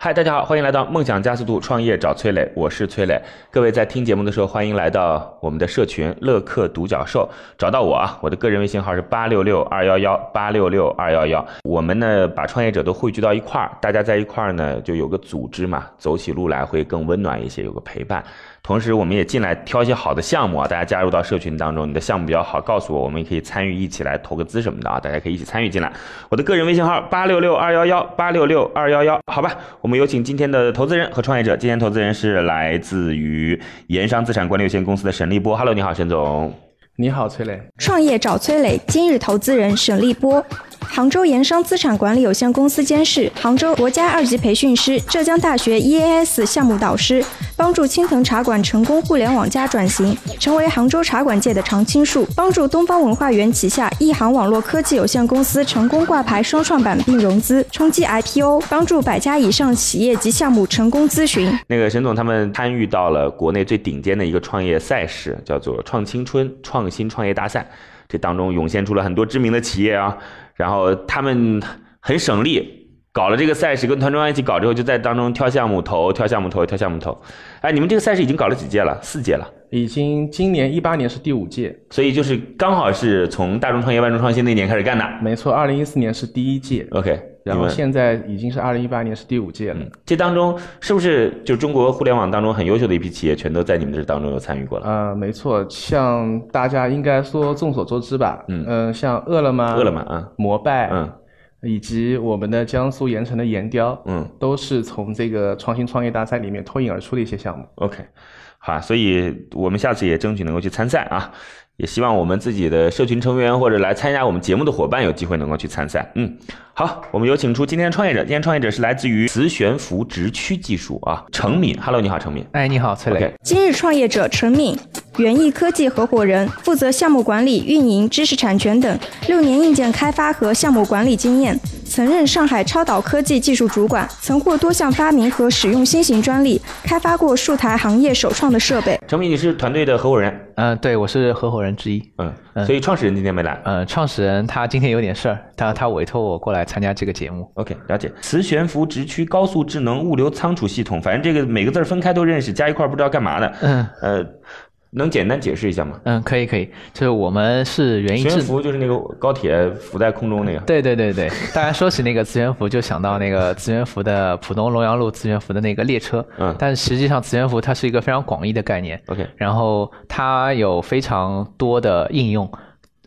嗨，大家好，欢迎来到梦想加速度创业找崔磊，我是崔磊。各位在听节目的时候，欢迎来到我们的社群乐客独角兽，找到我啊，我的个人微信号是八六六二幺幺八六六二幺幺。我们呢把创业者都汇聚到一块儿，大家在一块儿呢就有个组织嘛，走起路来会更温暖一些，有个陪伴。同时，我们也进来挑一些好的项目啊，大家加入到社群当中，你的项目比较好，告诉我，我们也可以参与一起来投个资什么的啊，大家可以一起参与进来。我的个人微信号八六六二幺幺八六六二幺幺，好吧，我们有请今天的投资人和创业者，今天投资人是来自于盐商资产管理有限公司的沈立波，Hello，你好，沈总。你好，崔磊。创业找崔磊，今日投资人沈立波，杭州盐商资产管理有限公司监事，杭州国家二级培训师，浙江大学 EAS 项目导师，帮助青藤茶馆成功互联网加转型，成为杭州茶馆界的常青树，帮助东方文化园旗下亿航网络科技有限公司成功挂牌双创板并融资，冲击 IPO，帮助百家以上企业及项目成功咨询。那个沈总他们参与到了国内最顶尖的一个创业赛事，叫做“创青春创新创业大赛”。这当中涌现出了很多知名的企业啊，然后他们很省力，搞了这个赛事，跟团中央一起搞之后，就在当中挑项目投，挑项目投，挑项目投。哎，你们这个赛事已经搞了几届了？四届了。已经今年一八年是第五届，所以就是刚好是从大众创业万众创新那年开始干的。没错，二零一四年是第一届， OK，然你后们现在已经是二零一八年是第五届了。这当中是不是就中国互联网当中很优秀的一批企业，全都在你们这当中有参与过了？呃，没错，像大家应该说众所周知吧，嗯呃像饿了么、饿了么啊，摩拜，嗯以及我们的江苏盐城的盐雕，嗯都是从这个创新创业大赛里面脱颖而出的一些项目。 ，OK，好啊，所以我们下次也争取能够去参赛啊，也希望我们自己的社群成员或者来参加我们节目的伙伴有机会能够去参赛。嗯，好，我们有请出今天的创业者，今天创业者是来自于磁悬浮直驱技术啊，程敏，Hello，你好，程敏。哎，你好，崔磊。 OK，今日创业者陈敏，元艺科技合伙人，负责项目管理、运营、知识产权等，六年硬件开发和项目管理经验，曾任上海超导科技技术主管，曾获多项发明和使用新型专利，开发过数台行业首创的设备。程敏，你是团队的合伙人，嗯、对，我是合伙人之一。嗯，嗯所以创始人今天没来。呃，创始人他今天有点事儿，他他委托我过来参加这个节目。 OK，了解。磁悬浮直驱高速智能物流仓储系统，反正这个每个字儿分开都认识，加一块儿不知道干嘛的。嗯呃，能简单解释一下吗？嗯，可以可以，就是我们是园艺悬智浮就是那个高铁浮在空中那个。对对对对，大家说起那个磁悬浮，就想到那个磁悬浮的浦东龙阳路磁悬浮的那个列车。嗯但实际上磁悬浮它是一个非常广义的概念， OK，然后它有非常多的应用。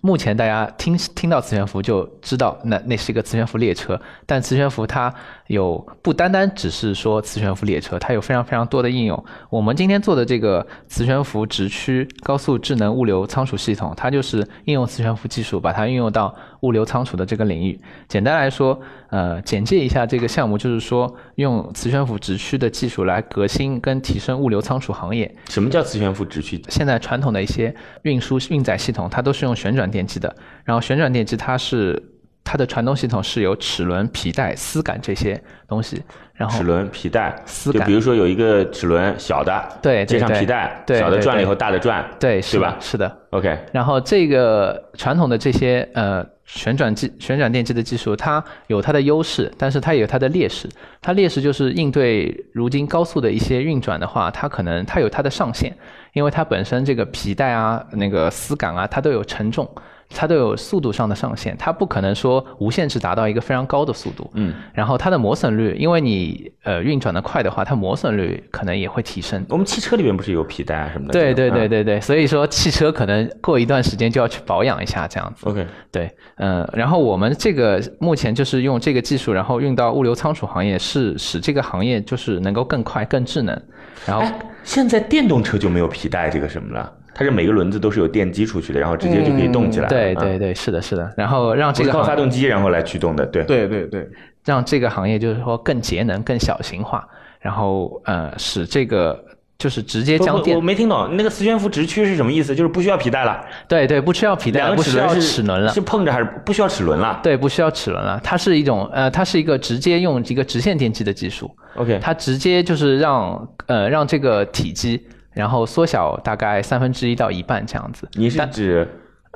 目前大家听听到磁悬浮就知道那那是一个磁悬浮列车，但磁悬浮它有不单单只是说磁悬浮列车，它有非常非常多的应用。我们今天做的这个磁悬浮直驱高速智能物流仓储系统，它就是应用磁悬浮技术，把它运用到物流仓储的这个领域。简单来说，呃，简介一下这个项目，就是说用磁悬浮直驱的技术来革新跟提升物流仓储行业。什么叫磁悬浮直驱？现在传统的一些运输运载系统，它都是用旋转电机的。然后旋转电机它是它的传动系统是由齿轮、皮带、丝杆这些东西，然后齿轮、皮带，丝就感比如说有一个齿轮小的，对对接上对皮带，对小的对转了以对后大的转，对是对吧的是的， ？OK，然后这个传统的这些呃旋转技旋转电机的技术，它有它的优势，但是它也有它的劣势。它劣势就是应对如今高速的一些运转的话，它可能它有它的上限，因为它本身这个皮带啊、那个丝杆啊，它都有承重。它都有速度上的上限，它不可能说无限制达到一个非常高的速度。嗯，然后它的磨损率，因为你呃运转的快的话，它磨损率可能也会提升。我们汽车里面不是有皮带啊什么的？对对嗯对对。对对，所以说汽车可能过一段时间就要去保养一下这样子。 OK，对，嗯，然后我们这个目前就是用这个技术，然后运到物流仓储行业，是使这个行业就是能够更快、更智能。然后，哎，现在电动车就没有皮带这个什么了，它是每个轮子都是有电机出去的，然后直接就可以动起来了。对嗯对对，是的，是的。然后让这这个个靠发行动机然后来驱动的，对。对对对，让这个行业就是说更节能、更小型化，然后呃，使这个就是直接不将不，我电没听懂那个磁悬浮直驱是什么意思？就是不需要皮带了，对对，不需要皮带两了，个不齿需要轮是齿轮了是。碰着还是不需要齿轮了对，不需要齿轮了，它是一种呃，它是一个直接用一个直线电机的技术， ？OK，它直接就是让呃让这个体积然后缩小大概三分之一到一半这样子，你是指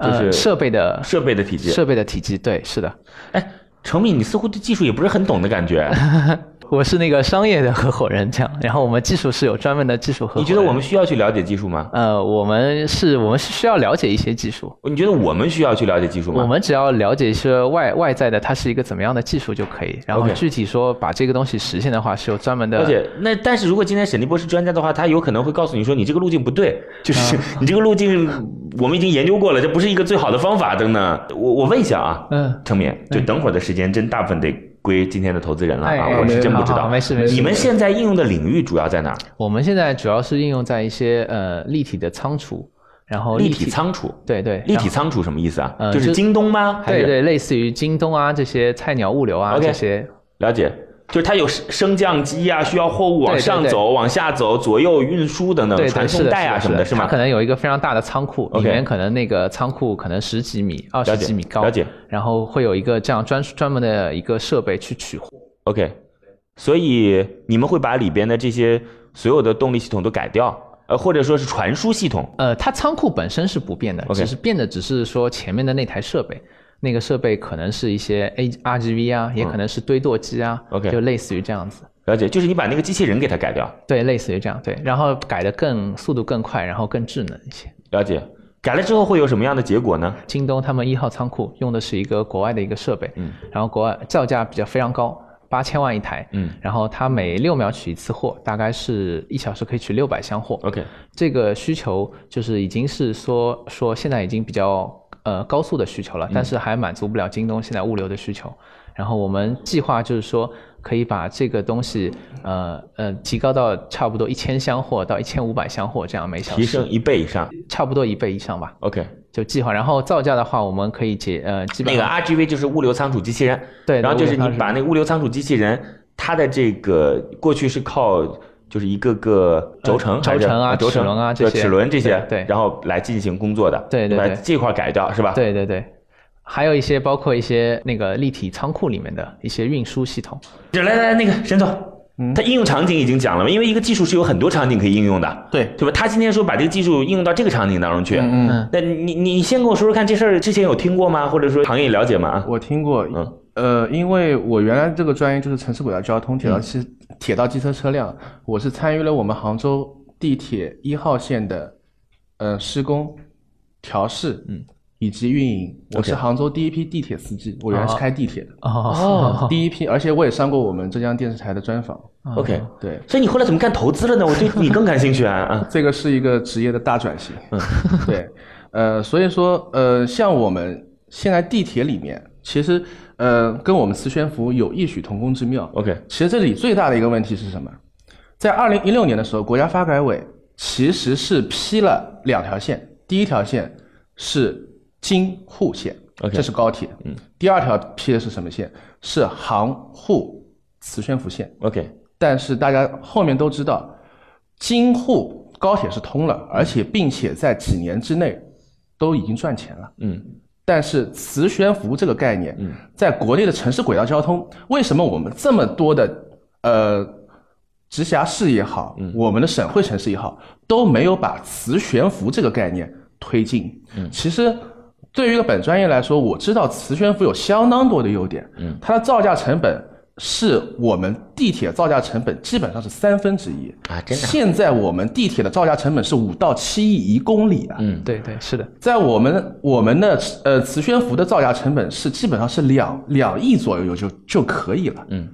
就呃是设备的设备的体积？设备的体积，对，是的，哎，程敏，你似乎对技术也不是很懂的感 觉。我是那个商业的合伙人这样，然后我们技术是有专门的技术合伙人。你觉得我们需要去了解技术吗？呃，我们是我们是需要了解一些技术，你觉得我们需要去了解技术吗？我们只要了解一些外外在的它是一个怎么样的技术就可以，然后 OK 具体说把这个东西实现的话是有专门的，而且那但是如果今天沈立波是专家的话，他有可能会告诉你说你这个路径不对，啊就是 你这个路径我们已经研究过了，这不是一个最好的方法等等。我我问一下啊，嗯，程敏，就等会儿的时间真大部分得归今天的投资人了啊，我是真不知好好道。哎没事没你事。们现在应用的领域主要在哪儿？我们现在主要是应用在一些呃立体的仓储，然后立哦体，体仓储，对对，立然后体仓储什么意思啊？呃就是就京东吗？还对是对，类似于京东啊这些菜鸟物流啊 OK 这些，了解，就是它有升升降机啊，需要货物往对对上对走、往下走、左右运输等等，对传对是送的，带啊是什么的，是它吗可？能有一个非常大的仓库，里 OK 面可能那个仓库可能十几米、二十了解几米高了，解然后会有一个这样专专门的一个设备去取货。 ，OK。所以你们会把里边的这些所有的动力系统都改掉，呃，或者说是传输系统。呃，它仓库本身是不变的 OK 只是变的只是说前面的那台设备，那个设备可能是一些 A R G V 啊，也可能是堆垛机啊嗯 OK 就类似于这样子。了解，就是你把那个机器人给它改掉。对，类似于这样，对，然后改的更速度更快，然后更智能一些。了解，改了之后会有什么样的结果呢？京东他们一号仓库用的是一个国外的一个设备，嗯，然后国外造价比较非常高，八千万一台，嗯然后它每六秒取一次货，大概是一小时可以取六百箱货， ，OK，这个需求就是已经是说说现在已经比较呃高速的需求嗯了，但是还满足不了京东现在物流的需求。然后我们计划就是说可以把这个东西呃呃提高到差不多一千箱货到一千五百箱货这样每小时，提升一倍以上。差不多一倍以上吧， OK，就计划。然后造价的话，我们可以解呃基本那个上 RGV 就是物流仓储机器人，对然后就是你物流仓储把那个物流仓储机器人，它的这个过去是靠就是一个个轴承呃还是、轴承啊轴承齿轮啊对这些齿轮这些，对对然后来进行工作的，对对把对这块改掉是吧？，对对对。还有一些包括一些那个立体仓库里面的一些运输系统，来来来，那个沈总。嗯它应用场景已经讲了嘛，因为一个技术是有很多场景可以应用的，对对吧？他今天说把这个技术应用到这个场景当中去，嗯嗯，嗯那你你你先跟我说说看这事儿之前有听过吗？或者说行业了解吗？啊我听过，嗯呃，因为我原来这个专业就是城市轨道交通、铁道汽、铁道机车车辆，我是参与了我们杭州地铁一号线的，呃，施工、调试，嗯，以及运营。我是杭州第一批地铁司机，我原来是开地铁的， 哦第一批，而且我也上过我们浙江电视台的专访。嗯，OK，对，所以你后来怎么干投资了呢？我对你更感兴趣啊！啊，这个是一个职业的大转型。嗯， 对，呃，所以说，呃，像我们现在地铁里面，其实，呃，跟我们磁悬浮有异曲同工之妙。 OK 其实这里最大的一个问题是什么？在二零一六年的时候，国家发改委其实是批了两条线，第一条线是京沪线 OK 这是高铁。嗯，第二条批的是什么线？是杭沪磁悬浮线。 OK，但是大家后面都知道，京沪高铁是通了，而且并且在几年之内都已经赚钱了。嗯，但是磁悬浮这个概念，在国内的城市轨道交通，为什么我们这么多的呃直辖市也好，嗯我们的省会城市也好，都没有把磁悬浮这个概念推进？嗯其实。对于一个本专业来说，我知道磁悬浮有相当多的优点，嗯，它的造价成本是我们地铁造价成本基本上是三分之一啊真的啊现在我们地铁的造价成本是五到七亿一公里啊，嗯，对对，是的，在我们我们的呃磁悬浮的造价成本是基本上是两两亿左右就就可以了。嗯，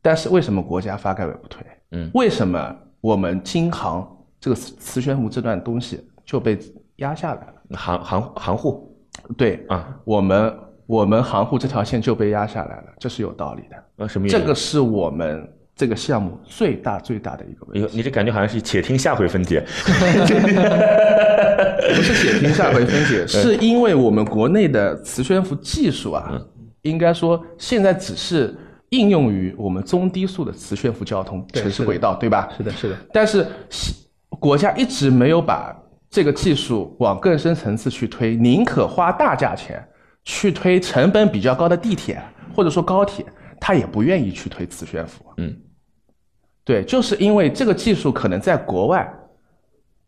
但是为什么国家发改委不推？嗯，为什么我们京杭这个磁磁悬浮这段东西就被压下来了？行行行户对，啊，我们我们杭沪这条线就被压下来了，这是有道理的。呃，什么意思？这个是我们这个项目最大最大的一个问哎题。呦，你这感觉好像是且听下回分解。不是解听下回分解，是因为我们国内的磁悬浮技术啊，应该说现在只是应用于我们中低速的磁悬浮交通、城市轨道，对吧？是的，是的。但是西国家一直没有把这个技术往更深层次去推，宁可花大价钱去推成本比较高的地铁或者说高铁，他也不愿意去推磁悬浮。嗯，对，就是因为这个技术可能在国外，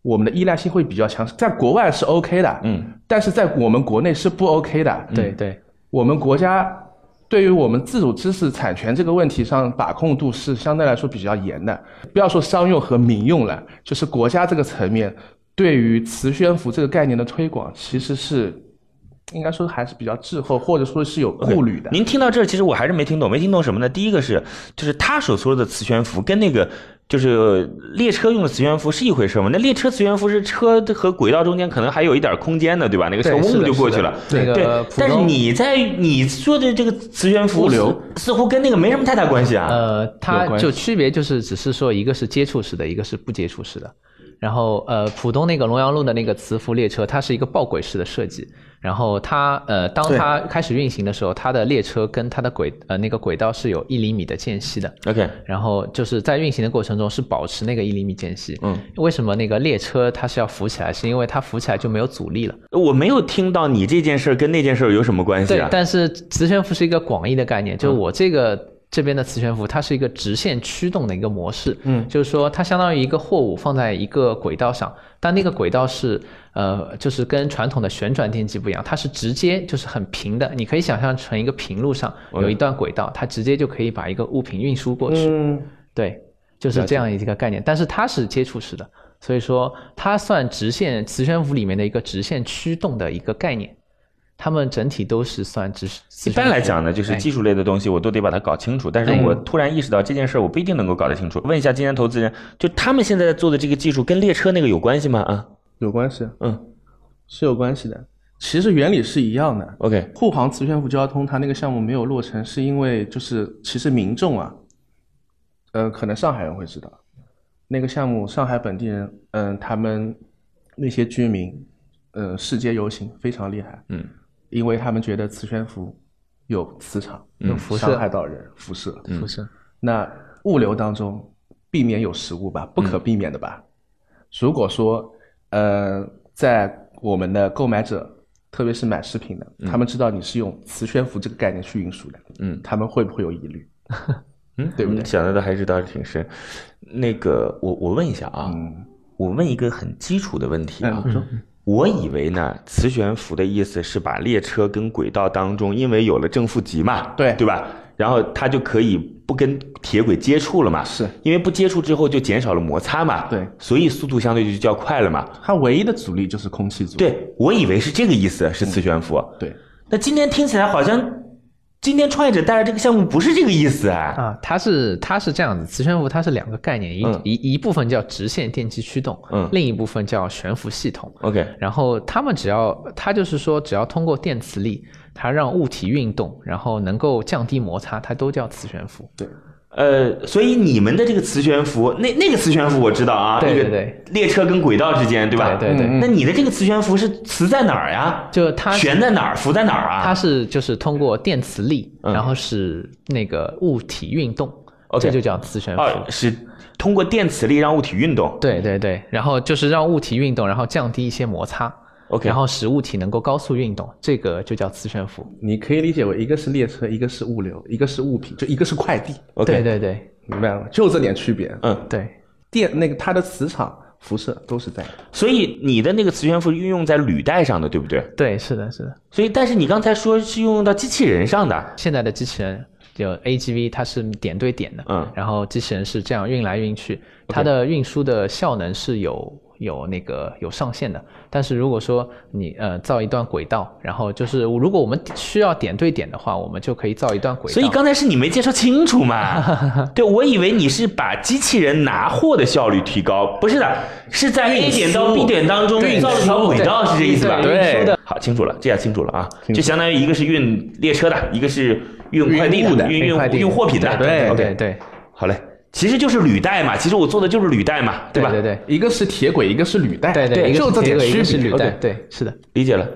我们的依赖性会比较强，在国外是 OK 的，嗯，但是在我们国内是不 OK 的。对对，我们国家对于我们自主知识产权这个问题上把控度是相对来说比较严的，不要说商用和民用了，就是国家这个层面对于磁悬浮这个概念的推广，其实是应该说还是比较滞后，或者说是有顾虑的。您听到这儿，其实我还是没听懂，没听懂什么呢？第一个是，就是他所说的磁悬浮跟那个就是列车用的磁悬浮是一回事吗？那列车磁悬浮是车和轨道中间可能还有一点空间的，对吧？那个车对是嗡的就过去了。对那个普但是通你在你说的这个磁悬浮物流似似乎跟那个没什么太大关系啊。呃，它有关系就区别就是只是说一个是接触式的，一个是不接触式的。然后呃，浦东那个龙阳路的那个磁浮列车，它是一个爆轨式的设计。然后它呃，当对它开始运行的时候，它的列车跟它的轨呃那个轨道是有一厘米的间隙的。呃 OK，然后就是在运行的过程中是保持那个一厘米间隙。嗯，为什么那个列车它是要浮起来？是因为它浮起来就没有阻力了。我没有听到你这件事儿跟那件事儿有什么关系对啊，？但是磁悬浮是一个广义的概念，就是我这个、这边的磁悬浮，它是一个直线驱动的一个模式，嗯，就是说它相当于一个货物放在一个轨道上，但那个轨道是呃，就是跟传统的旋转电机不一样，它是直接就是很平的，你可以想象成一个平路上有一段轨道，它直接就可以把一个物品运输过去，嗯，对，就是这样一个概念。但是它是接触式的，所以说它算直线磁悬浮里面的一个直线驱动的一个概念。它们整体都是算直。一一般来讲呢，就是技术。术类的东西，我都得把它搞清楚。但是哎我突然意识到这件事，我不一定能够搞得清楚。问一下今天投资人，就他们现在做的这个技术跟列车那个有关系吗？啊，有关系，嗯是有关系的。其实原理是一样的， ，OK，沪杭磁悬浮交通它那个项目没有落成，是因为就是其实民众啊，呃，可能上海人会知道，那个项目上海本地人，嗯、他们那些居民，呃，世界游行非常厉害，嗯，因为他们觉得磁悬浮有磁场，有嗯辐射嗯伤害到人，辐射，不是，那物流当中避免有食物吧，不嗯可避免的吧。如果说，呃，在我们的购买者，特别是买食品的，嗯他们知道你是用磁悬浮这个概念去运输的，嗯他们会不会有疑虑？嗯，对不对你想的倒还是倒是挺深。那个，我我问一下啊，嗯，我问一个很基础的问题啊。嗯，说我以为呢，磁悬浮的意思是把列车跟轨道当中，因为有了正负极嘛，对对吧？然后它就可以不跟铁轨接触了嘛，是因为不接触之后就减少了摩擦嘛，对所以速度相对就较快了嘛。它唯一的阻力就是空气阻力。对，我以为是这个意思，是磁悬浮。对，那今天听起来好像，今天创业者带着这个项目不是这个意思啊。啊，它是它是这样子，磁悬浮它是两个概念，一、嗯一一部分叫直线电机驱动，嗯另一部分叫悬浮系统。 OK，然后他们只要，它就是说，只要通过电磁力，它让物体运动，然后能够降低摩擦，它都叫磁悬浮。呃，所以你们的这个磁悬浮，那那个磁悬浮我知道啊，对那个对对列车跟轨道之间，对吧？对对对，那你的这个磁悬浮是磁在哪儿呀？就它是悬在哪儿，浮在哪儿啊？它是就是通过电磁力，嗯然后使那个物体运动， OK 这就叫磁悬浮。哦，是通过电磁力让物体运动。对对对，然后就是让物体运动，然后降低一些摩擦。 OK，然后使物体能够高速运动，这个就叫磁悬浮。你可以理解为一个是列车，一个是物流，一个是物品，就一个是快递， OK，对对对明白了吗？就这点区别。嗯，对，电那个它的磁场、辐射都是在的。所以你的那个磁悬浮运用在履带上的，对不对？对，是的，是的。所以，但是你刚才说是运用到机器人上的，现在的机器人有 AGV，它是点对点的，嗯然后机器人是这样运来运去，它的运输的效能是有。有那个有上限的，但是如果说你呃造一段轨道，然后就是如果我们需要点对点的话，我们就可以造一段轨道。所以刚才是你没介绍清楚嘛？ 对，我以为你是把机器人拿货的效率提高，不是的，是在 A 点到 B 点当中对造了条轨道，是这意思吧？对对运输的好，清楚了，这下清楚了啊，就相当于一个是运列车的，一个是运快递运物的，的运运快运递运货品的，对 o 对 k 对好嘞，其实就是履带嘛，其实我做的就是履带嘛，对吧？对对一个是铁轨，一个是履带，对对，一个就是这铁点轨，一区个是别。履带， OK 对，是的。理解了。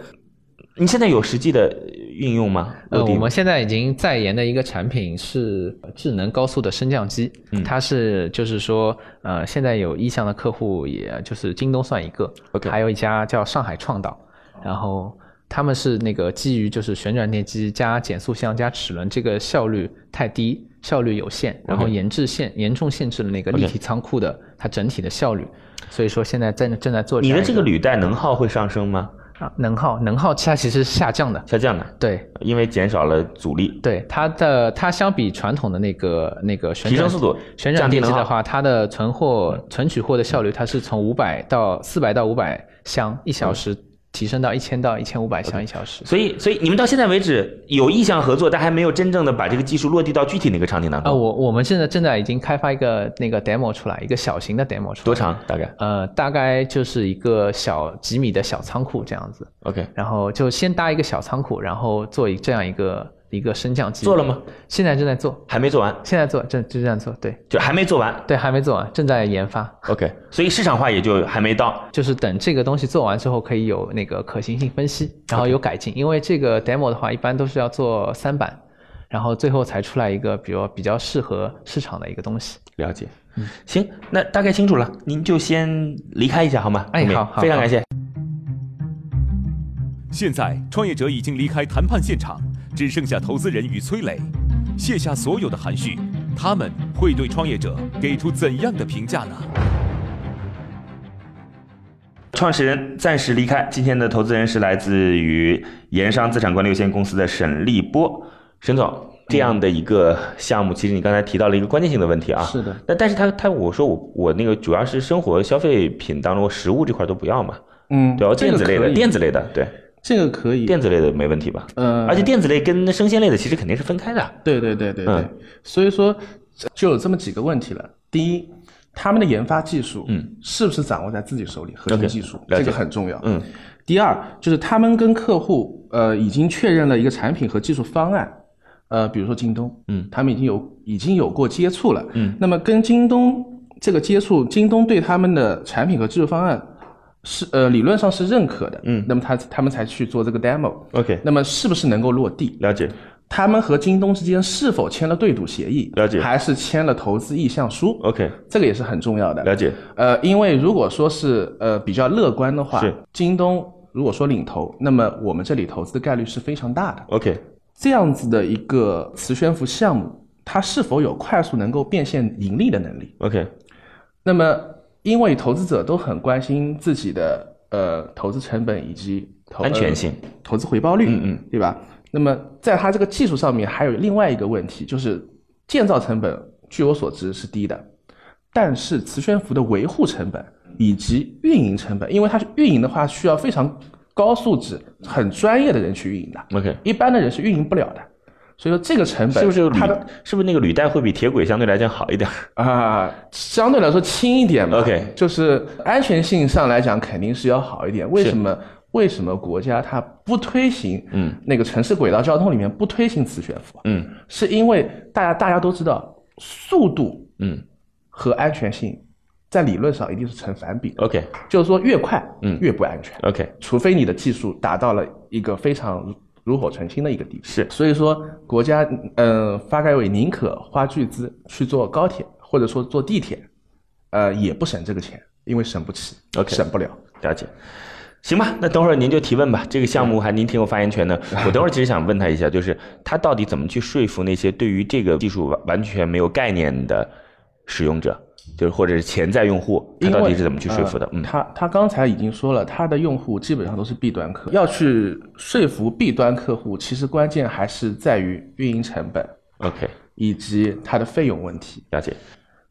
你现在有实际的运用吗？呃，落地我们现在已经在研的一个产品是智能高速的升降机，嗯它是就是说，呃，现在有意向的客户，也就是京东算一个 OK 哦还有一家叫上海创导，然后他们是那个基于就是旋转电机加减速箱加齿轮，这个效率太低，效率有限，然后 OK 研制限严重限制了那个 OK 立体仓库的它整体的效率，所以说现在正正在做你样的一这个履带能耗会上升吗？啊能耗能耗它其实是下降的，下降的，对。因为减少了阻力，对它的，它相比传统的那个那个旋提升转速度，旋降转低电机能的耗。话，它的存货存取货的效率，它是从五百到四百到五百箱一小时，提升到一千到一千五百箱一小时。嗯所以，所以你们到现在为止有意向合作，但还没有真正的把这个技术落地到具体那个场景当啊，中。我我们现在正在已经开发一个那个 demo 出来，一个小型的 demo 出来。多？长？大概呃，大概就是一个小几米的小仓库这样子， ？OK，然后就先搭一个小仓库，然后做一这样一个一个升降机。做了吗？现在正在做，还没做完，现在做，正就这样做，对就还没做完。对，还没做啊完，正在研发。 OK，所以市场化也就还没到。就是等这个东西做完之后，可以有那个可行性分析，然后有改进。因为这个 demo 的话，一般都是要做三版，然后最后才出来一个，比如比较适合市场的一个东西。了解，嗯行，那大概清楚了，您就先离开一下好吗？哎后面好好非常感谢。现在，创业者已经离开谈判现场，只剩下投资人与崔磊，卸下所有的含蓄，他们会对创业者给出怎样的评价呢？创始人暂时离开，今天的投资人是来自于盐商资产管理有限公司的沈立波，沈总。这样的一个项目，其实你刚才提到了一个关键性的问题啊。是的。那但是他他我说我我那个主要是生活消费品当中，食物这块都不要嘛，嗯，对吧？这电个子类可的，以电子类的，对，这个可以，电子类的没问题吧？呃，而且电子类跟生鲜类的其实肯定是分开的。对对对对对，嗯所以说就有这么几个问题了。第一，他们的研发技术，嗯，是不是掌握在自己手里？核 OK，心技术了解这个很重要。嗯，第二就是他们跟客户呃已经确认了一个产品和技术方案，呃，比如说京东，嗯他们已经有已经有过接触了，嗯那么跟京东这个接触，京东对他们的产品和技术方案是呃理论上是认可的，嗯那么他他们才去做这个 demo， OK，那么是不是能够落地？了解。他们和京东之间是否签了对赌协议，了解还是签了投资意向书 OK，这个也是很重要的。了解。呃，因为如果说是呃比较乐观的话是，京东如果说领投，那么我们这里投资的概率是非常大的。 OK，这样子的一个磁悬浮项目，它是否有快速能够变现盈利的能力？ OK，那么，因为投资者都很关心自己的呃投资成本以及投安全性、呃投资回报率，嗯嗯，对吧？那么，在它这个技术上面，还有另外一个问题，就是建造成本，据我所知是低的，但是磁悬浮的维护成本以及运营成本，因为它是运营的话，需要非常高素质、很专业的人去运营的， OK，一般的人是运营不了的。所以说这个成本是不是有它的履？是不是那个履带会比铁轨相对来讲好一点？啊、相对来说轻一点吧。 OK 就是安全性上来讲肯定是要好一点。为什么？为什么国家它不推行？嗯，那个城市轨道交通里面不推行磁悬浮，啊嗯是因为大家大家都知道，速度嗯和安全性在理论上一定是成反比的， ，OK 就是说越快，嗯越不安全。 OK，除非你的技术达到了一个非常炉火纯青的一个地步。是所以说国家嗯、呃发改委宁可花巨资去做高铁，或者说做地铁，呃，也不省这个钱，因为省不起 OK 省不了。了解。行吧，那等会儿您就提问吧。这个项目还您挺有发言权的。 我等会儿其实想问他一下，就是他到底怎么去说服那些对于这个技术完完全没有概念的使用者，就是或者是潜在用户，他因为到底是怎么去说服的呃？嗯他他刚才已经说了，他的用户基本上都是 B 端客，要去说服 B 端客户，其实关键还是在于运营成本，OK，以及它的费用问题。了解。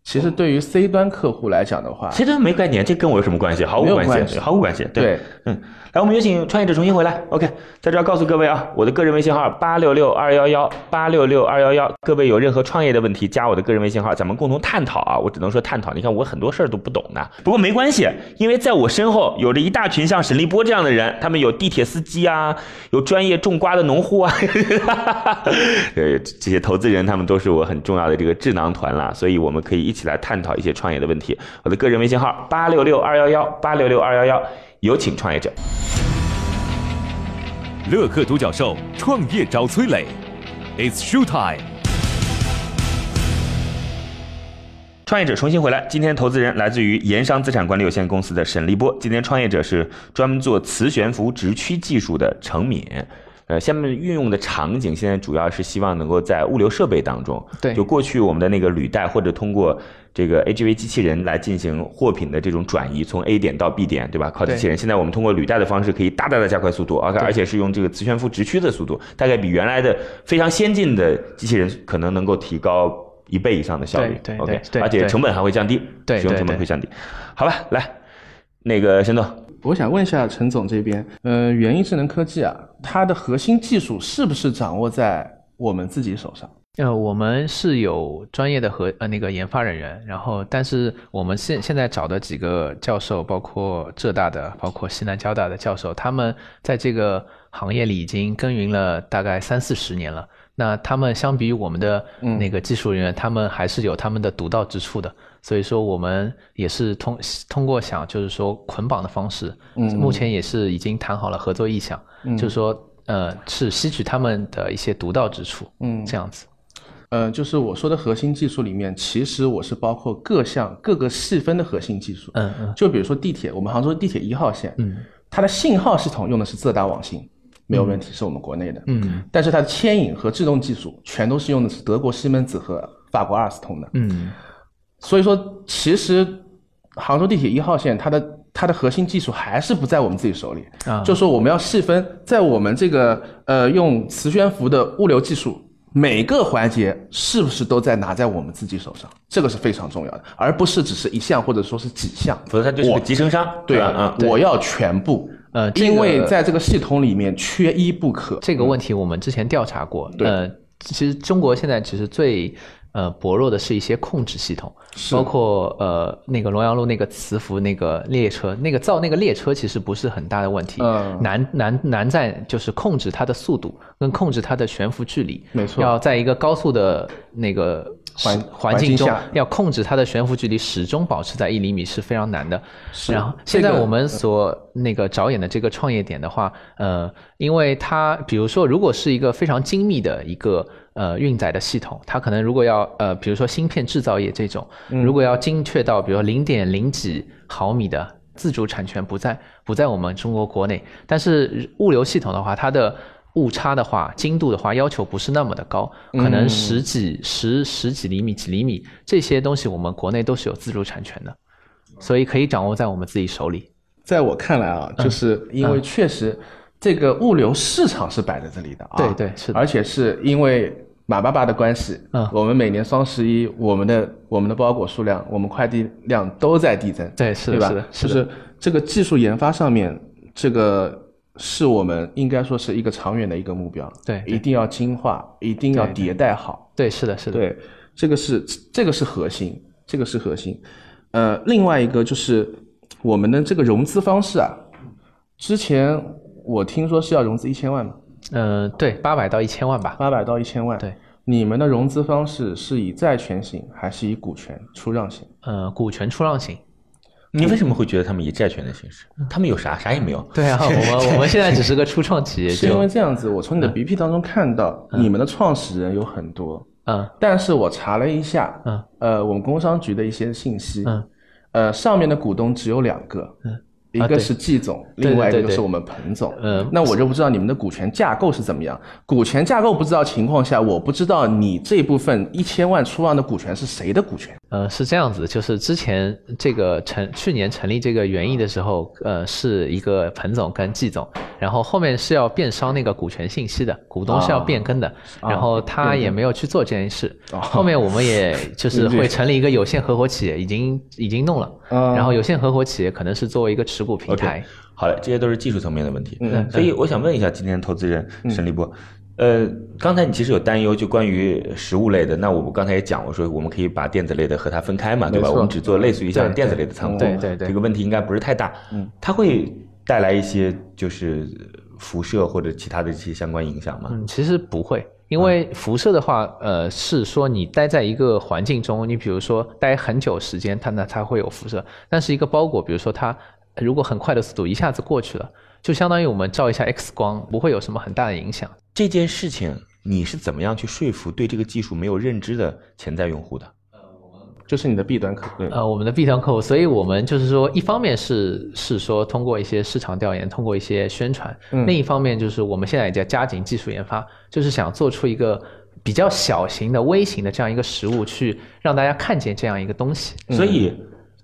其实对于 C 端客户来讲的话，其实没概念，这跟我有什么关系？毫无没有关系，关系毫无关系。对，对嗯，来，我们有请创业者重新回来。OK，在这儿告诉各位啊，我的个人微信号八六六二幺幺八六六二幺幺，各位有任何创业的问题，加我的个人微信号，咱们共同探讨啊。我只能说探讨，你看我很多事儿都不懂呢。不过没关系，因为在我身后有着一大群像沈立波这样的人，他们有地铁司机啊，有专业种瓜的农户啊， 呃，这些投资人他们都是我很重要的这个智囊团啦，所以我们可以一起来探讨一些创业的问题。我的个人微信号八六六二幺幺八六六二幺幺，有请创业者。乐客独角兽创业找崔磊，It's show time。创业者重新回来，今天投资人来自于盐商资产管理有限公司的沈立波。今天创业者是专门做磁悬浮直驱技术的程敏。呃，下面运用的场景现在主要是希望能够在物流设备当中，对就过去我们的那个履带或者通过这个 AGV 机器人来进行货品的这种转移，从 A 点到 B 点，对吧？靠机对器人。现在我们通过履带的方式可以大大的加快速度，而且对而且是用这个磁悬浮直驱的速度，大概比原来的非常先进的机器人可能能够提高一倍以上的效率。对对 OK，对而且对成本还会降低，对使用对成本对会降低。好吧，来，那个沈总，我想问一下陈总这边，呃，元艺智能科技啊，它的核心技术是不是掌握在我们自己手上？呃，我们是有专业的和呃那个研发人员，然后但是我们现现在找的几个教授，包括浙大的，包括西南交大的教授，他们在这个行业里已经耕耘了大概三四十年了。那他们相比于我们的嗯那个技术人员，他们还是有他们的独到之处的。所以说，我们也是通通过想就是说捆绑的方式，嗯目前也是已经谈好了合作意向，就是说呃是吸取他们的一些独到之处，嗯这样子。呃，就是我说的核心技术里面，其实我是包括各项各个细分的核心技术。嗯嗯就比如说地铁，我们杭州地铁一号线，嗯它的信号系统用的是浙大网信，没有问题，是我们国内的。嗯但是它的牵引和制动技术全都是用的是德国西门子和法国阿尔斯通的。嗯所以说，其实杭州地铁一号线它的它的核心技术还是不在我们自己手里。啊，就说我们要细分，在我们这个呃用磁悬浮的物流技术，每个环节是不是都在拿在我们自己手上，这个是非常重要的，而不是只是一项或者说是几项。否则它就是个我集成商。对啊，啊，我要全部，呃，这因为个在这个系统里面缺一不可。这个问题我们之前调查过，嗯对呃，其实中国现在其实最呃薄弱的是一些控制系统，是包括呃那个龙阳路那个磁浮那个列车，那个造那个列车其实不是很大的问题，嗯难难难在就是控制它的速度跟控制它的悬浮距离，没错要在一个高速的那个环时环环境境中下要控制它的悬浮距离始终保持在一厘米是非常难的，是然后现在这个我们所那个着眼的这个创业点的话，呃，因为它比如说如果是一个非常精密的一个呃运载的系统，它可能如果要呃比如说芯片制造业这种，如果要精确到比如零点零几毫米的。自主产权不在不在我们中国国内，但是物流系统的话，它的误差的话，精度的话，要求不是那么的高，可能十几、十十几厘米、几厘米这些东西，我们国内都是有自主产权的。所以可以掌握在我们自己手里。在我看来啊，就是因为确实这个物流市场是摆在这里的啊，对对是的而且是因为马爸爸的关系，嗯我们每年双十一，我们的我们的包裹数量，我们快递量都在递增，对，是对的，吧？是的，就是的，是这个技术研发上面，这个是我们应该说是一个长远的一个目标，对对一定要精化，一定要对对迭代好，对，是的，是的，对，这个是这个是核心，这个是核心。呃，另外一个就是我们的这个融资方式啊，之前我听说是要融资一千万嘛，嗯、对，八百到一千万吧。八百到一千万。对，你们的融资方式是以债权型还是以股权出让型？呃，股权出让型。你嗯为什么会觉得他们以债权的形式？他们有啥？啥也没有。对啊， 我们我们现在只是个初创企业，是因为就这样子，我从你的 BP 当中看到你们的创始人有很多，嗯但是我查了一下，嗯，呃，我们工商局的一些信息，嗯，呃，上面的股东只有两个，嗯，一啊个对是季总，对另外一个对对就是对我们彭总，呃那我就不知道你们的股权架构是怎么样。股权架构不知道情况下，我不知道你这部分一千万出让的股权是谁的股权。呃是这样子，就是之前这个成去年成立这个园艺的时候，呃是一个彭总跟季总，然后后面是要变商那个股权信息的，股东是要啊变更的，然后他也没有去做这件事。哦后面我 们也就是会成立一个有限合伙企业，已经已经弄了，啊然后有限合伙企业可能是作为一个持股平台。好了，这些都是技术层面的问题。嗯所以我想问一下今天投资人嗯沈立波，呃，刚才你其实有担忧，就关于食物类的。那我们刚才也讲，我说我们可以把电子类的和它分开嘛，对吧？没错我们只做类似于像电子类的仓库，嗯对对对这个问题应该不是太大。嗯，它会带来一些就是辐射或者其他的一些相关影响吗？嗯，其实不会，因为辐射的话，呃，是说你待在一个环境中，你比如说待很久时间，它那它会有辐射。但是一个包裹，比如说它如果很快的速度一下子过去了，就相当于我们照一下 X 光，不会有什么很大的影响。这件事情你是怎么样去说服对这个技术没有认知的潜在用户的？就是你的弊端客户。呃，我们的 B 端客户，所以我们就是说，一方面是是说通过一些市场调研，通过一些宣传；嗯另一方面就是我们现在也在加紧技术研发，就是想做出一个比较小型的、微型的这样一个实物，去让大家看见这样一个东西。所以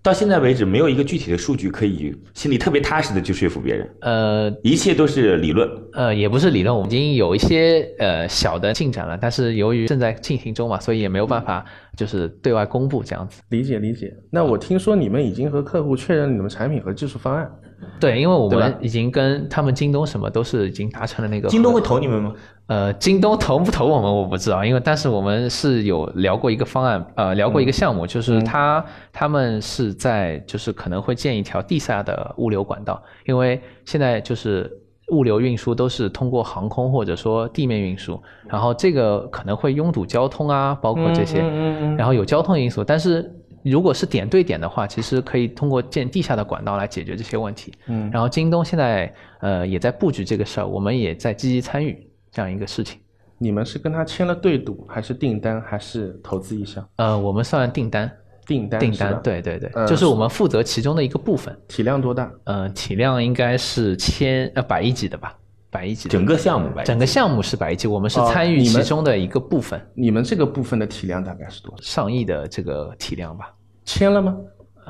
到现在为止，没有一个具体的数据可以心里特别踏实的去说服别人，呃一切都是理论。呃，也不是理论，我们已经有一些呃小的进展了，但是由于正在进行中嘛，所以也没有办法就是对外公布这样子。理解理解。那我听说你们已经和客户确认你们产品和技术方案，对，因为我对吧们已经跟他们京东什么都是已经达成了那个京东合会投你们吗？呃，京东投不投我们我不知道，因为但是我们是有聊过一个方案，呃，聊过一个项目，就是他他们是在就是可能会建一条地下的物流管道，因为现在就是物流运输都是通过航空或者说地面运输，然后这个可能会拥堵交通啊，包括这些，嗯然后有交通因素，但是如果是点对点的话，其实可以通过建地下的管道来解决这些问题。嗯然后京东现在呃也在布局这个事儿，我们也在积极参与这样一个事情。你们是跟他签了对赌，还是订单，还是投资意向？呃，我们算订单，订单订是单吧，对对对，嗯就是我们负责其中的一个部分。体量多大？呃，体量应该是千呃百亿级的吧，百亿级的整个项目呗，整个项目是百亿级，我们是哦参与你其们中的一个部分，你们这个部分的体量大概是多少？上亿的这个体量吧。签了吗？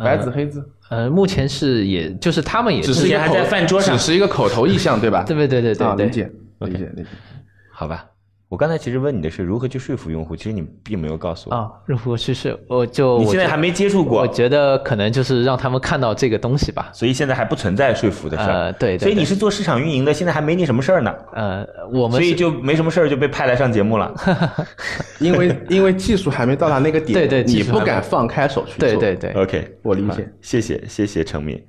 白纸黑字，呃，目前是也就是他们也只是是一个还在口饭桌上只是一个口头意向，对吧？对对对对对啊，对理解理解理解。好吧。我刚才其实问你的是如何去说服用户，其实你并没有告嗯诉我。啊，入户趋势，我就你我现在觉还没接触我过，觉得可能就是让他们看到这个东西吧。所以现在还不存在说服的事儿。呃对对所以对你是做市场运营的，现在还没你什么事儿呢，呃，我们所以是就没什么事儿就被派来上节目了。因为因为技术还没到达那个点，对对技你术不还没敢放开手去做。对对，对， OK，我理好解。谢谢谢谢程明。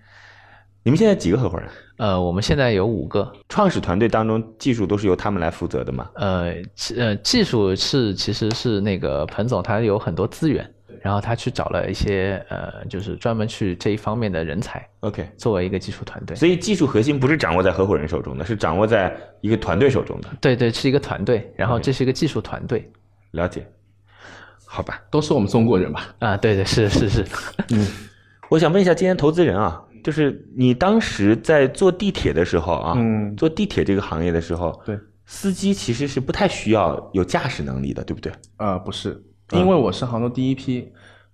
你们现在几个合伙人？呃，我们现在有五个，创始团队当中，技术都是由他们来负责的嘛？呃技呃，技术是其实是那个彭总他有很多资源，然后他去找了一些呃，就是专门去这一方面的人才， OK，作为一个技术团队。所以技术核心不是掌握在合伙人手中的，是掌握在一个团队手中的。对对，是一个团队，然后 OK 这是一个技术团队了解，好吧。都是我们中国人吧？啊，对对是是是，我想问一下，今天投资人啊，就是你当时在坐地铁的时候啊，嗯做地铁这个行业的时候，对，司机其实是不太需要有驾驶能力的，对不对？呃，不是，嗯因为我是杭州第一批，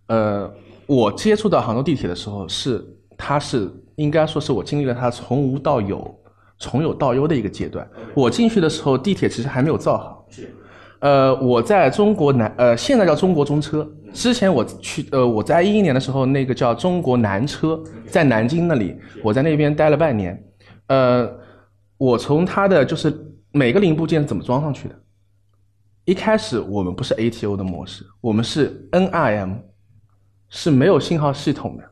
呃，我接触到杭州地铁的时候是，它是应该说是我经历了它从无到有、从有到优的一个阶段。我进去的时候，地铁其实还没有造好。是。呃，我在中国南，呃，现在叫中国中车。之前我去，呃，我在一一年的时候，那个叫中国南车，在南京那里，我在那边待了半年。呃，我从它的就是每个零部件是怎么装上去的，一开始我们不是 ATO 的模式，我们是 NRM，是没有信号系统的，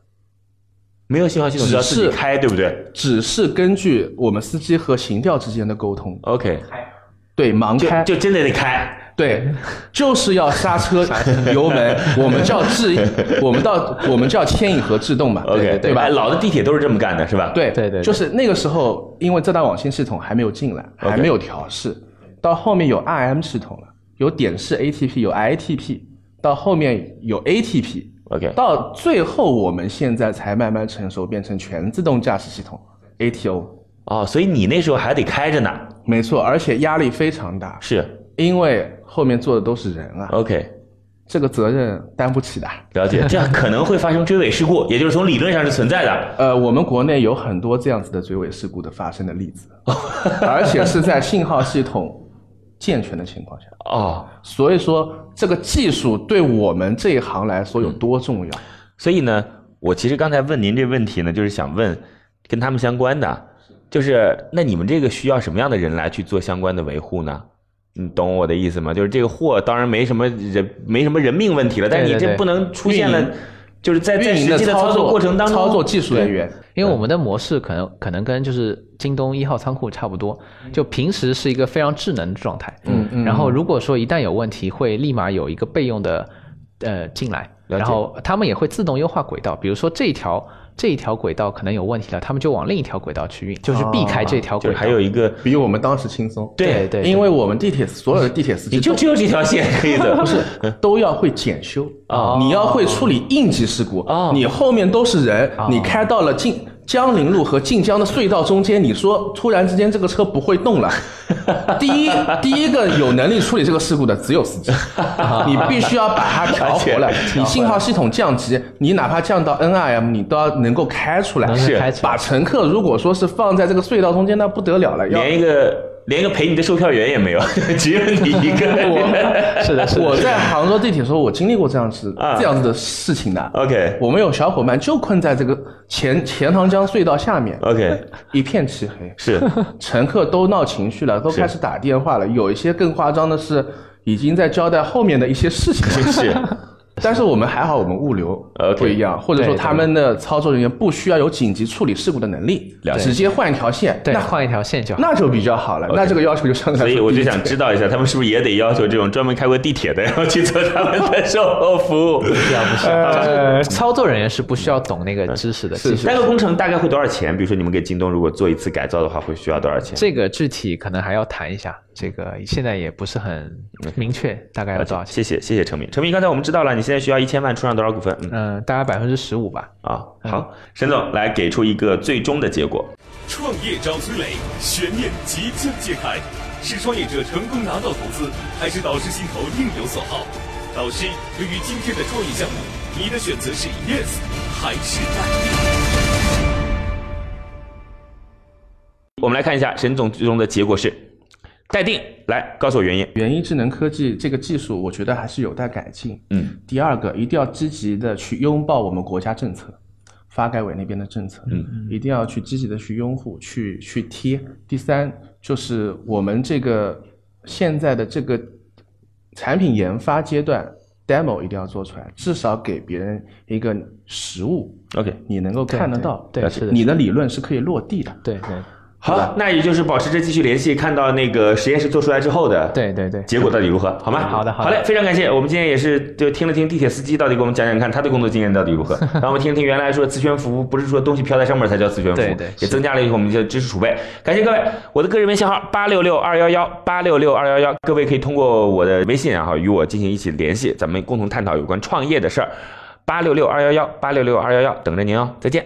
没有信号系统只就要自己是开，对不对只是根据我们司机和行调之间的沟通， ？OK，对，盲开，就就真的得开。对，就是要刹车、油门，我们叫制，我们到我们叫牵引和制动嘛 OK，对吧哎？老的地铁都是这么干的，是吧？，对对对对就是那个时候，因为这道网信系统还没有进来，还没有调试，到后面有 RM 系统了，有点式 ATP，有 ITP，到后面有 ATP。 OK 到最后我们现在才慢慢成熟，变成全自动驾驶系统 ATO。哦，所以你那时候还得开着呢，没错，而且压力非常大，是因为后面坐的都是人啊， OK，这个责任担不起的。了解。这样可能会发生追尾事故，也就是从理论上是存在的。呃，我们国内有很多这样子的追尾事故的发生的例子， 而且是在信号系统健全的情况下。哦，所以说，这个技术对我们这一行来说有嗯多重要？所以呢，我其实刚才问您这问题呢，就是想问跟他们相关的，啊就是那你们这个需要什么样的人来去做相关的维护呢？你懂我的意思吗？就是这个货当然没什么人没什么人命问题了，但是你对对这对不能出现运了营，就是在在运营实际的操操作过程当中，操作技术人员，因为我们的模式可能可能跟就是京东一号仓库差不多，嗯就平时是一个非常智能的状态，嗯嗯然后如果说一旦有问题，会立马有一个备用的呃进来，了解然后他们也会自动优化轨道，比如说这一条。这一条轨道可能有问题了，他们就往另一条轨道去运，就是避开这条哦就是轨道。还有一个，比我们当时轻松。对对，因为我们地铁所有的地铁司机你就都只有这条线可以走，不是 都要会检修哦你要会处理应急事故哦你后面都是人，你开到了晋江陵路和晋江的隧道中间，你说突然之间这个车不会动了，第一第一个有能力处理这个事故的只有司机，你必须要把它调活了而，你信号系统降级，你哪怕降到 NRM，你都要能够开出来，能是开出来把乘客如果说是放在这个隧道中间，那不得了了，要连一个连一个陪你的售票员也没有， 只有你一个人。 是的，是的，我在杭州地铁的时候，我经历过这样子、啊这样子的事情的。 OK 我们有小伙伴就困在这个钱钱塘江隧道下面， OK，一片漆黑，是乘客都闹情绪了，都开始打电话了。有一些更夸张的是，已经在交代后面的一些事 情了。是但是我们还好，我们物流呃 OK 不一样，或者说对他们的操作人员不需要有紧急处理事故的能力了，解直接换一条线，对那换一条线就好。那就比较好了。那这个要求 就上来所了。以我就想知道一下，他们是不是也得要求这种专门开过地铁的，然后去做他们的售后服 务？不需要，不需 要，呃就是操作人员是不需要懂那个知识的。其实那个工程大概会多少钱？比如说你们给京东如果做一次改造的话，会需要多少钱？这个具体可能还要谈一下，这个现在也不是很明确，大概要多少钱？谢谢谢谢程明，程明，刚才我们知道了，你现在需要一千万出让多少股份？嗯嗯，大概百分之十五吧。啊，好，沈总来给出一个最终的结果。创业找崔磊，悬念即将揭开，是创业者成功拿到投资，还是导师心头另有所好？导师，对于今天的创业项目，你的选择是 yes 还是 no？我们来看一下沈总最终的结果是待定，来告诉我原因。元一智能科技这个技术，我觉得还是有待改进。嗯，第二个，一定要积极的去拥抱我们国家政策，发改委那边的政策，嗯，一定要去积极的去拥护，去去贴。第三，就是我们这个现在的这个产品研发阶段，demo 一定要做出来，至少给别人一个实物， OK，你能够看得对到，对是的你的理论是可以落地的。对对好，那也就是保持着继续联系，看到那个实验室做出来之后的对对对，结果到底如何，好吗？好的好好的嘞，非常感谢。我们今天也是就听了听地铁司机到底给我们讲讲看他的工作经验到底 如何，然后我们听了听原来说磁悬浮不是说东西飘在上面才叫磁悬浮，对对也是增加了一个我们的知识储备。感谢各位，我的个人微信号八六六二幺幺八六六二幺幺，各位可以通过我的微信然啊后与我进行一起联系，咱们共同探讨有关创业的事儿。八六六二幺幺八六六二幺幺，等着您哦，再见。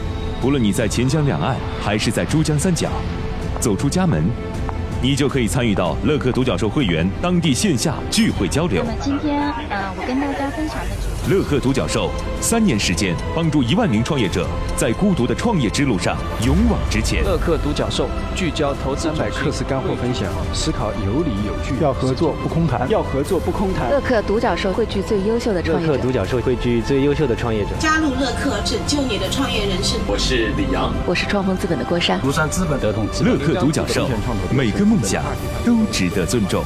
无论你在钱江两岸还是在珠江三角，走出家门，你就可以参与到乐客独角兽会员当地线下聚会交流那。么今天，呃，我跟大家分享的主题乐客独角兽三年时间，帮助一万名创业者在孤独的创业之路上勇往直前。乐客独角兽聚焦投资三百课时干货分享，思考有理有据。要合作不空谈，要合作不空谈。乐客独角兽汇聚最优秀的创业者，角兽汇聚最优秀的创业者。加入乐客，拯救你的创业人生。我是李阳。我是创丰资本的郭珊。庐山资本、德同乐客独角兽，每个梦想都值得尊重。